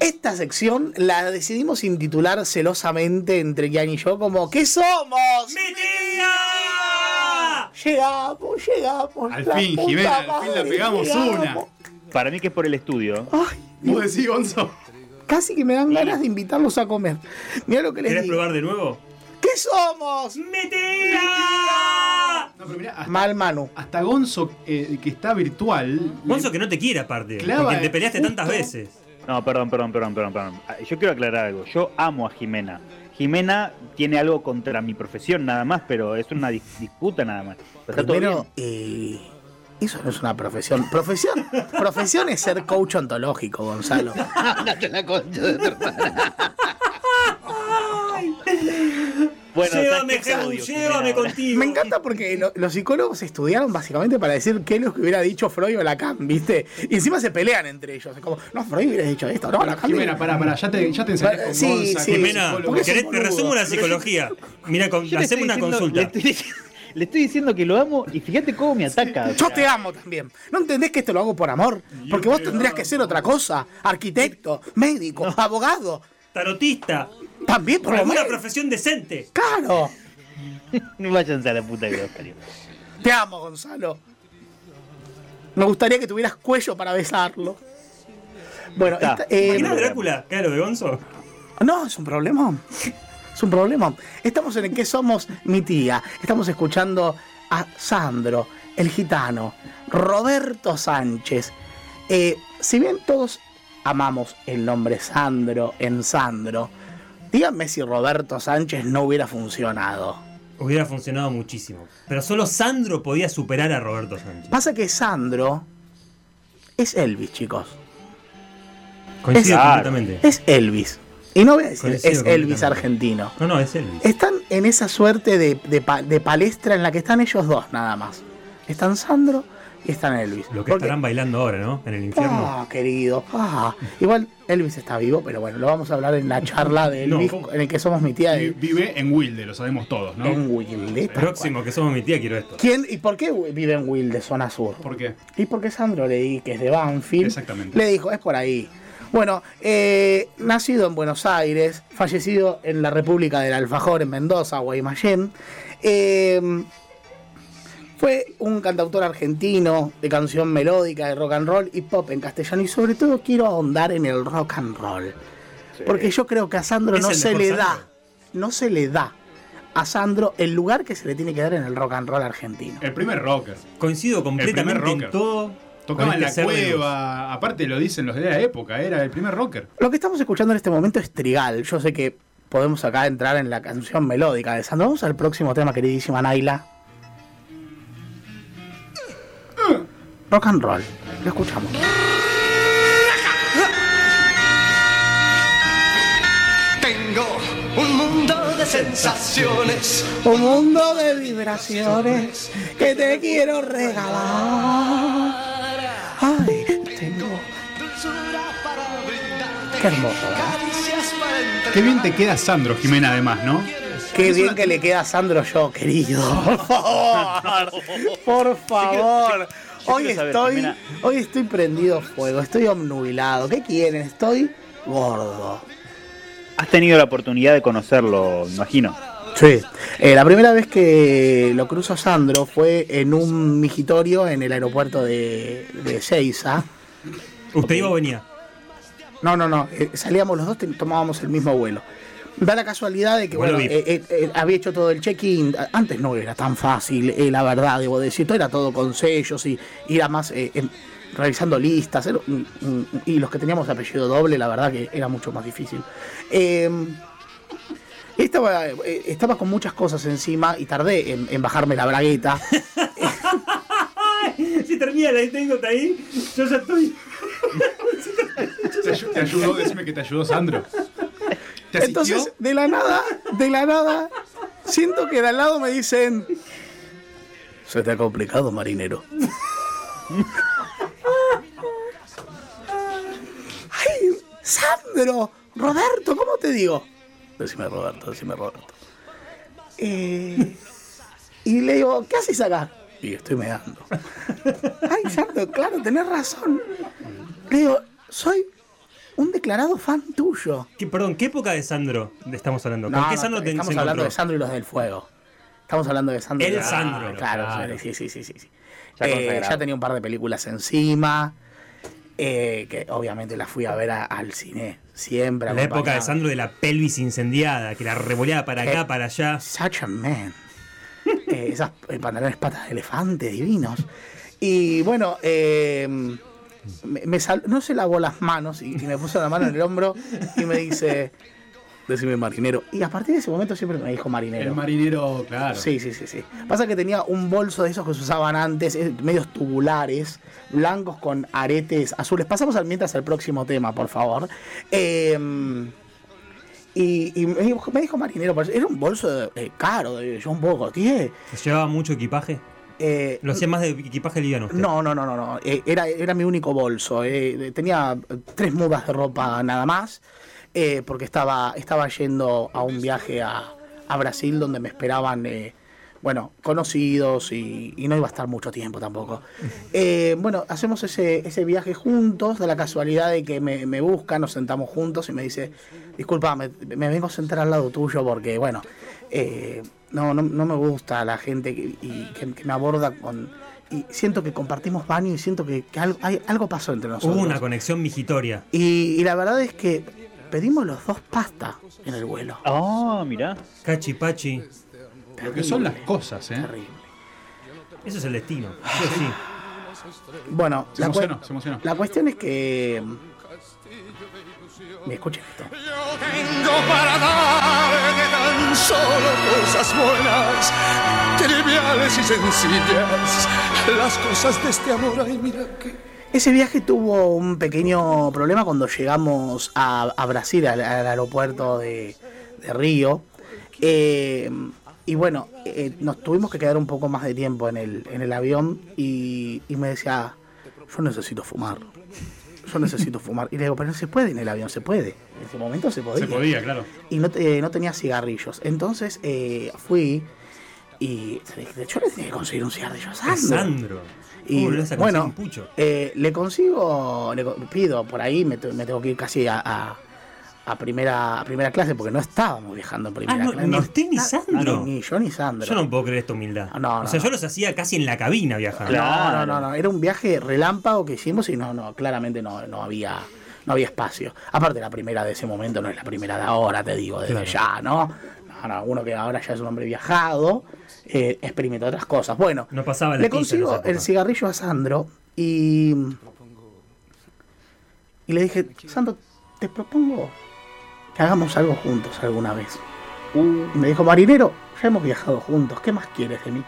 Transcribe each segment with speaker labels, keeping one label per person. Speaker 1: esta sección la decidimos intitular celosamente entre Kian y yo como ¿Qué somos?
Speaker 2: ¡Mi tía!
Speaker 1: Llegamos, llegamos.
Speaker 3: Al
Speaker 1: la
Speaker 3: fin,
Speaker 1: puta
Speaker 3: Jimena, al
Speaker 1: madre,
Speaker 3: fin la pegamos
Speaker 1: llegamos.
Speaker 3: una.
Speaker 4: Para mí que es por el estudio.
Speaker 1: Ay,
Speaker 3: ¿Vos decís, Gonzo?
Speaker 1: casi que me dan ganas de invitarlos a comer. Mira lo que les
Speaker 2: ¿Querés
Speaker 1: digo.
Speaker 2: probar de nuevo?
Speaker 1: ¿Qué somos?
Speaker 2: ¡Mi tía!
Speaker 3: No, pero mirá, hasta,
Speaker 1: Mal Manu.
Speaker 3: hasta Gonzo, eh, que está virtual.
Speaker 2: Gonzo que no te quiere aparte,
Speaker 3: Clava,
Speaker 2: porque te
Speaker 3: eh,
Speaker 2: peleaste
Speaker 3: justo.
Speaker 2: tantas veces.
Speaker 4: No, perdón, perdón, perdón, perdón, perdón. Ah, Yo quiero aclarar algo. Yo amo a Jimena. Jimena tiene algo contra mi profesión nada más, pero es una dis- disputa nada más. Pero está todo
Speaker 1: Primero,
Speaker 4: bien.
Speaker 1: eh, eso no es una profesión. Profesión, profesión es ser coach ontológico, Gonzalo.
Speaker 4: Bueno,
Speaker 2: llévame,
Speaker 4: ¿sabes qué? Te
Speaker 2: Jesús,
Speaker 4: odio,
Speaker 2: llévame
Speaker 4: Jimena.
Speaker 2: contigo.
Speaker 1: Me encanta porque lo- los psicólogos estudiaron básicamente para decir qué es lo que hubiera dicho Freud o Lacan, ¿viste? Y encima se pelean entre ellos. Es como, no, Freud hubiera dicho esto, no, Lacan.
Speaker 3: Jimena, pará, pará, ya te, ya te enseñé
Speaker 1: Pará,
Speaker 3: con
Speaker 1: sí,
Speaker 3: Gonza,
Speaker 1: sí.
Speaker 3: que es
Speaker 2: Jimena,
Speaker 3: psicólogo.
Speaker 1: porque es
Speaker 2: ¿querés-
Speaker 1: un
Speaker 2: te resumo
Speaker 1: boludo.
Speaker 2: la psicología. Mira, con-
Speaker 4: Yo le estoy
Speaker 2: haceme una
Speaker 4: diciendo-
Speaker 2: consulta.
Speaker 4: Le estoy, le estoy diciendo que lo amo y fíjate cómo me ataca. o
Speaker 1: Yo
Speaker 4: sea,
Speaker 1: te amo también. ¿No entendés que esto lo hago por amor? Porque vos tendrías que ser otra cosa. Arquitecto, médico, abogado.
Speaker 2: Tarotista,
Speaker 1: También, por lo
Speaker 2: alguna
Speaker 1: menos.
Speaker 2: profesión decente.
Speaker 1: Claro.
Speaker 4: Váyanse a la puta que los parió.
Speaker 1: Te amo, Gonzalo. Me gustaría que tuvieras cuello para besarlo. Bueno,
Speaker 4: Está.
Speaker 1: esta- eh,
Speaker 2: ¿Imaginás Drácula? Claro, de Gonzo.
Speaker 1: no, es un problema. Es un problema. Estamos en el que somos mi tía. Estamos escuchando a Sandro, el gitano, Roberto Sánchez. Eh, si bien todos amamos el nombre Sandro en Sandro, díganme si Roberto Sánchez no hubiera funcionado.
Speaker 2: Hubiera funcionado muchísimo. Pero solo Sandro podía superar a Roberto Sánchez.
Speaker 1: Pasa que Sandro es Elvis, chicos.
Speaker 2: Coincido
Speaker 4: es-
Speaker 2: completamente.
Speaker 1: Es Elvis. Y no voy a decir
Speaker 2: Coincido
Speaker 1: es Elvis
Speaker 2: completamente.
Speaker 1: argentino.
Speaker 2: No, no, es Elvis.
Speaker 1: Están en esa suerte de, de pa- de palestra en la que están ellos dos nada más. Están Sandro y están Elvis.
Speaker 2: Lo que
Speaker 1: Porque-
Speaker 2: estarán bailando ahora, ¿no? En el infierno.
Speaker 1: Ah, querido. ah. Igual Elvis está vivo, pero bueno, lo vamos a hablar en la charla de
Speaker 2: No,
Speaker 1: Elvis,
Speaker 2: ¿cómo?
Speaker 1: en el que somos mi tía
Speaker 3: Vi-
Speaker 1: de
Speaker 3: Vive en Wilde, lo sabemos todos, ¿no?
Speaker 2: Mm.
Speaker 1: en Wilde. tal
Speaker 2: Próximo que somos mi tía, quiero esto.
Speaker 1: cual. ¿Quién y por qué vive en Wilde, zona sur?
Speaker 3: ¿Por qué?
Speaker 1: Y porque Sandro le di que es de Banfield.
Speaker 3: Exactamente.
Speaker 1: Le dijo, es por ahí. Bueno, eh, nacido en Buenos Aires, fallecido en la República del Alfajor, en Mendoza, Guaymallén. eh, fue un cantautor argentino de canción melódica, de rock and roll y pop en castellano. Y sobre todo quiero ahondar en el rock and roll. Porque yo creo que a Sandro
Speaker 2: ¿Es
Speaker 1: no
Speaker 2: el
Speaker 1: se le
Speaker 2: mejor
Speaker 1: da,
Speaker 2: Sandro?
Speaker 1: no se le da a Sandro el lugar que se le tiene que dar en el rock and roll argentino.
Speaker 3: El primer rocker.
Speaker 2: Coincido completamente en
Speaker 3: rocker.
Speaker 2: todo.
Speaker 3: Tocaba
Speaker 2: con
Speaker 3: en la
Speaker 2: este ser de luz.
Speaker 3: cueva, aparte lo dicen los de la época, era el primer rocker.
Speaker 1: Lo que estamos escuchando en este momento es Trigal. Yo sé que podemos acá entrar en la canción melódica de Sandro. Vamos al próximo tema, queridísima Naila. Rock and roll. Lo escuchamos.
Speaker 5: Tengo un mundo de sensaciones.
Speaker 1: Un mundo de vibraciones que te quiero regalar. Ay, tengo.
Speaker 5: Dulzura para brindarte.
Speaker 1: Qué hermoso, ¿eh?
Speaker 5: Caricias para
Speaker 3: Qué
Speaker 5: entregarte.
Speaker 3: bien te queda Sandro Jimena, además, ¿no?
Speaker 1: Qué bien que le queda a Sandro yo, querido. Por favor. Por favor.
Speaker 4: quiero
Speaker 1: Hoy
Speaker 4: saber,
Speaker 1: estoy,
Speaker 4: Jimena.
Speaker 1: hoy estoy prendido fuego, estoy obnubilado. ¿Qué quieren? Estoy gordo.
Speaker 4: Has tenido la oportunidad de conocerlo, me imagino.
Speaker 1: Sí. Eh, la primera vez que lo cruzo a Sandro fue en un migitorio en el aeropuerto de, de Seiza.
Speaker 2: Usted iba o venía.
Speaker 1: No, no, no. eh, salíamos los dos, te- tomábamos el mismo vuelo. Da la casualidad de que
Speaker 2: Vuelo
Speaker 1: bueno,
Speaker 2: VIP.
Speaker 1: eh, eh, eh, había hecho todo el check-in. A- Antes no era tan fácil, eh, la verdad, debo decir. Todo era todo con sellos y, y era más eh, em, realizando listas. era un- un- y los que teníamos apellido doble, la verdad que era mucho más difícil. Em, estaba, eh, estaba con muchas cosas encima y tardé en, en bajarme la bragueta.
Speaker 2: Si termina la anécdota ahí, yo ya estoy.
Speaker 3: Te, ayu- te ayudó, decime que te ayudó Sandro. ¿Te asistió?
Speaker 1: Entonces, de la nada, de la nada, siento que de al lado me dicen. Se te ha complicado, marinero. ¡Ay! ¡Sandro! ¡Roberto! ¿Cómo te digo? Decime Roberto, decime Roberto. Eh, y le digo, ¿qué haces acá? Y estoy meando. Ay, Sandro, claro, tenés razón. Le digo, soy un declarado fan tuyo.
Speaker 2: ¿Qué- perdón, ¿qué época de Sandro estamos hablando? ¿Con
Speaker 1: No,
Speaker 2: qué
Speaker 1: no,
Speaker 2: Sandro te
Speaker 1: estamos
Speaker 2: se
Speaker 1: hablando
Speaker 2: encontró?
Speaker 1: de Sandro y los del fuego. Estamos hablando de Sandro. y
Speaker 2: El
Speaker 1: los del
Speaker 2: Sandro,
Speaker 1: Fuego. Claro,
Speaker 2: claro.
Speaker 1: sí, sí, sí, sí. sí.
Speaker 4: Ya
Speaker 1: Eh,
Speaker 4: consagrado.
Speaker 1: ya tenía un par de películas encima. eh, que obviamente las fui a ver a- al cine. Siempre.
Speaker 2: La época
Speaker 1: acompañado.
Speaker 2: de Sandro de la pelvis incendiada, que la revoleaba para acá,
Speaker 1: Eh.
Speaker 2: para allá.
Speaker 1: Such a man. Eh, esas eh, pantalones patas de elefante divinos. Y bueno, eh, me, me sal- no se lavó las manos y, y me puso la mano en el hombro y me dice, decime marinero. Y a partir de ese momento siempre me dijo marinero.
Speaker 3: El marinero, claro.
Speaker 1: Sí, sí, sí, sí. Pasa que tenía un bolso de esos que se usaban antes, eh, medios tubulares, blancos con aretes azules. Pasamos al mientras al próximo tema, por favor. Eh, y, y me dijo- me dijo marinero, pero era un bolso de- eh, caro, de John Paul Gaultier.
Speaker 2: ¿Llevaba mucho equipaje?
Speaker 1: Eh,
Speaker 2: ¿Lo hacía más de equipaje liviano usted?
Speaker 1: no, no, no, no, no. Eh, era, era mi único bolso. eh. Tenía eh, tres mudas de ropa nada más, eh, porque estaba, estaba yendo a un viaje a, a Brasil donde me esperaban, eh, bueno, conocidos y, y no iba a estar mucho tiempo tampoco. Eh, bueno, hacemos ese, ese viaje juntos, de la casualidad de que me, me busca, nos sentamos juntos y me dice, disculpa, me, me vengo a sentar al lado tuyo porque, bueno, eh, no, no, no me gusta la gente que, y que- que me aborda con... Y siento que compartimos baño y siento que, que algo, hay- algo pasó entre nosotros.
Speaker 2: Hubo una conexión migitoria.
Speaker 1: y, y la verdad es que pedimos los dos pasta en el vuelo.
Speaker 4: Oh, mirá.
Speaker 2: Cachipachi.
Speaker 3: Lo que son las cosas, ¿eh?
Speaker 1: Terrible.
Speaker 2: Eso es el destino. Sí, o sí.
Speaker 1: Bueno,
Speaker 3: Se
Speaker 1: la, cue-
Speaker 3: emocionó, se emocionó.
Speaker 1: la cuestión es que... Me escuchen esto.
Speaker 5: Yo tengo para darte tan solo cosas buenas, triviales y sencillas, las cosas de este amor. Ay, mira que.
Speaker 1: Ese viaje tuvo un pequeño problema cuando llegamos a, a Brasil, al, al aeropuerto de, de Río. Eh, y bueno, eh, nos tuvimos que quedar un poco más de tiempo en el, en el avión y, y me decía, yo necesito fumar. Yo necesito fumar. Y le digo, pero no se puede en el avión, se puede. En ese momento se podía
Speaker 3: Se podía, claro.
Speaker 1: y no, te- no tenía cigarrillos. Entonces eh, fui y de hecho le tenía que conseguir un cigarrillo a Sandro.
Speaker 2: Es Sandro.
Speaker 1: Ah, Y
Speaker 2: Uh, lo vas a conseguir
Speaker 1: bueno,
Speaker 2: un pucho.
Speaker 1: eh, le consigo, le co- pido por ahí, me, te- me tengo que ir casi a, a- a primera, a primera clase porque no estábamos viajando en primera
Speaker 2: Ah, no,
Speaker 1: clase.
Speaker 2: ni usted ni
Speaker 1: na-
Speaker 2: Sandro.
Speaker 1: ni yo ni Sandro.
Speaker 2: Yo no puedo creer esta humildad.
Speaker 1: No, no,
Speaker 2: o sea,
Speaker 1: no.
Speaker 2: yo los hacía casi en la cabina viajando.
Speaker 4: Claro.
Speaker 1: No, no, no, no, Era un viaje relámpago que hicimos y no, no, claramente no, no había. No había espacio. Aparte, la primera de ese momento no es la primera de ahora, te digo, desde ya, ¿no? No, no, uno que ahora ya es un hombre viajado, eh, experimenta otras cosas. Bueno,
Speaker 2: No pasaba la
Speaker 1: le
Speaker 2: tiza en esa
Speaker 1: consigo
Speaker 2: época.
Speaker 1: el cigarrillo a Sandro y. Y le dije, Sandro, te propongo que hagamos algo juntos alguna vez.
Speaker 4: Uh,
Speaker 1: Y me dijo, Marinero, ya hemos viajado juntos, ¿qué más quieres de mí?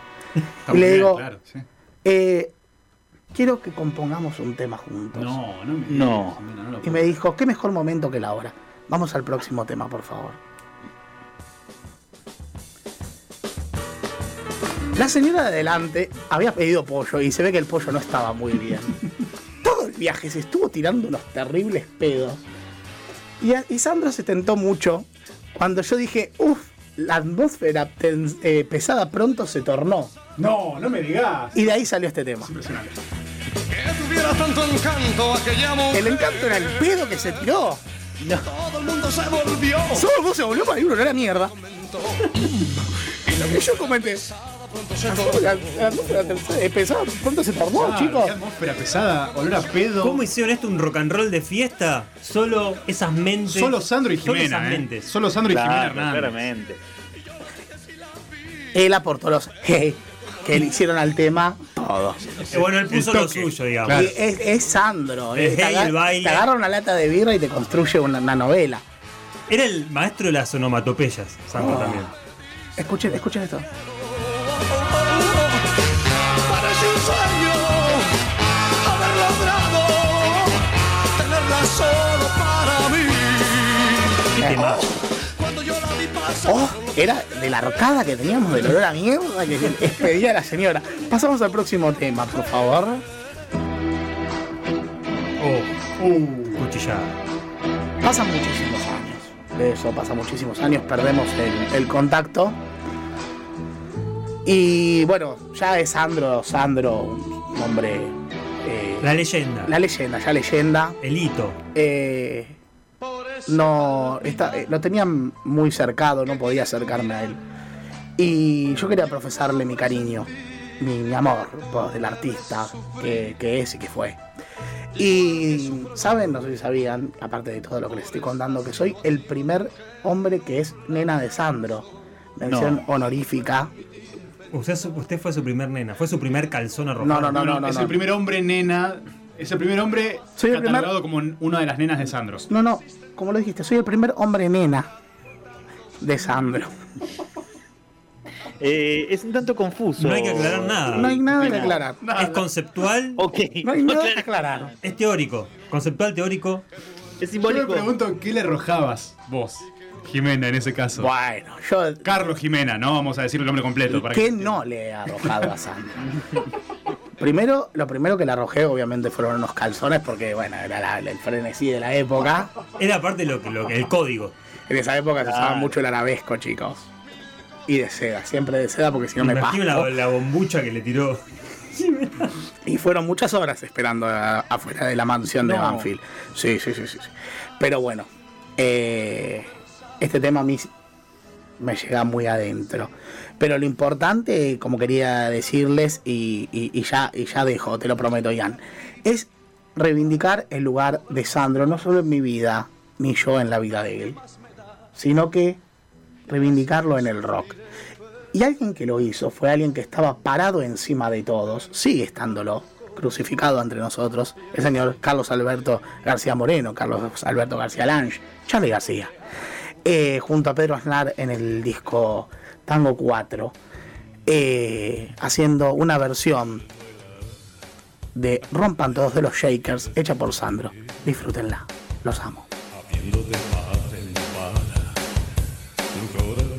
Speaker 3: Está
Speaker 1: Y le
Speaker 3: bien,
Speaker 1: digo-
Speaker 3: claro, sí.
Speaker 1: Eh, quiero que compongamos un tema juntos.
Speaker 3: No, no me
Speaker 4: No.
Speaker 3: no, no lo
Speaker 1: Y
Speaker 3: puedo.
Speaker 1: me dijo, qué mejor momento que la hora. Vamos al próximo tema, por favor. La señora de adelante había pedido pollo y se ve que el pollo no estaba muy bien. Todo el viaje se estuvo tirando unos terribles pedos. Y, a- y Sandro se tentó mucho cuando yo dije, uff, la atmósfera tens- eh, pesada pronto se tornó.
Speaker 3: No, no me digas.
Speaker 1: Y de ahí salió este tema.
Speaker 3: Impresionante.
Speaker 5: Que tuviera tanto encanto aquella mujer.
Speaker 1: El encanto era el pedo que se tiró.
Speaker 5: Todo el mundo se volvió.
Speaker 1: Solo vos se volvió para ir a la mierda. Y yo comenté. La, la atmósfera tercera- eh, pensaba, pronto se tornó,
Speaker 3: Claro,
Speaker 1: Oh, chicos.
Speaker 3: qué atmósfera pesada, olor a pedo.
Speaker 2: ¿Cómo hicieron esto un rock and roll de fiesta? Solo esas mentes.
Speaker 3: Solo Sandro y
Speaker 2: Solo
Speaker 3: Jimena,
Speaker 2: esas
Speaker 3: ¿eh?
Speaker 2: mentes.
Speaker 3: Solo Sandro y Jimena
Speaker 4: claro,
Speaker 3: Hernández.
Speaker 4: claramente.
Speaker 1: Él aportó los hey que le hicieron al tema todo.
Speaker 2: Eh, bueno, él puso
Speaker 3: El
Speaker 2: lo
Speaker 3: toque.
Speaker 2: suyo, digamos.
Speaker 3: Claro.
Speaker 1: Y es, es Sandro.
Speaker 2: El
Speaker 1: eh, te,
Speaker 2: hey,
Speaker 1: aga-
Speaker 2: el baile.
Speaker 1: te agarra una lata de birra y te construye una, una novela.
Speaker 2: Era el maestro de las onomatopeyas, Sandro
Speaker 1: Oh.
Speaker 2: también.
Speaker 1: Escuchen, escuchen esto.
Speaker 5: Parece un sueño haber logrado tenerla solo para mí.
Speaker 1: Eh,
Speaker 5: Cuando yo la vi pasar.
Speaker 1: Oh, era de la arcada que teníamos del olor a mierda que expedía la señora. Pasamos al próximo tema, por favor.
Speaker 2: Oh, cuchillada.
Speaker 1: Pasan muchísimos años. De eso pasa muchísimos años, perdemos el, el contacto. Y bueno, ya es Sandro, Sandro, un hombre. eh,
Speaker 2: La leyenda.
Speaker 1: la leyenda, ya leyenda.
Speaker 2: El hito.
Speaker 1: Eh, no está- eh, lo tenían muy cercado, no podía acercarme a él. Y yo quería profesarle mi cariño, mi, mi amor por el artista que, que es y que fue. Y saben, no sé si sabían, aparte de todo lo que les estoy contando, que soy el primer hombre que es nena de Sandro. Mención honorífica.
Speaker 2: Usted, es- usted fue su primer nena, fue su primer calzón arrojado.
Speaker 1: No, no, no, no, no.
Speaker 3: es
Speaker 1: no.
Speaker 3: el primer hombre nena. Es el primer hombre
Speaker 1: Soy el primer-
Speaker 3: catalogado como una de las nenas de Sandro.
Speaker 1: No, no, como lo dijiste, soy el primer hombre nena de Sandro.
Speaker 4: Eh, es un tanto confuso.
Speaker 2: No hay que aclarar nada.
Speaker 1: No hay nada que aclarar.
Speaker 2: Es conceptual,
Speaker 4: Ok.
Speaker 1: No hay nada que aclarar.
Speaker 2: es teórico. Conceptual, teórico.
Speaker 4: Es
Speaker 3: Yo me
Speaker 4: simbólico.
Speaker 3: pregunto qué le arrojabas vos, Jimena, en ese caso.
Speaker 1: Bueno, yo.
Speaker 3: Carlos Jimena, no vamos a decir el nombre completo. Para
Speaker 1: ¿Qué
Speaker 3: que-
Speaker 1: no le he arrojado a Sandro? primero, lo primero que le arrojé, obviamente, fueron unos calzones, porque, bueno, era la- el frenesí de la época.
Speaker 2: Era parte lo, que- lo que- el código.
Speaker 1: En esa época se usaba
Speaker 4: Claro.
Speaker 1: mucho el arabesco, chicos. Y de seda, siempre de seda, porque si no
Speaker 2: Me
Speaker 1: me
Speaker 2: imagino
Speaker 1: paso.
Speaker 2: la, la bombucha que le tiró.
Speaker 1: Y fueron muchas horas esperando a- afuera de la mansión de
Speaker 4: No.
Speaker 1: Banfield. Sí, sí, sí, sí. sí. Pero bueno, eh, este tema a mí me llega muy adentro. Pero lo importante, como quería decirles, y, y- y ya, y ya dejo, te lo prometo, Ian, es reivindicar el lugar de Sandro, no solo en mi vida, ni yo en la vida de él, sino que reivindicarlo en el rock. Y alguien que lo hizo fue alguien que estaba parado encima de todos, sigue estándolo, crucificado entre nosotros, el señor Carlos Alberto García Moreno, Carlos Alberto García Lange, Charlie García, eh, junto a Pedro Aznar en el disco Tango 4, eh, haciendo una versión de Rompan Todos de los Shakers, hecha por Sandro. Disfrútenla, los amo.
Speaker 6: habiendo de mar en para. Llora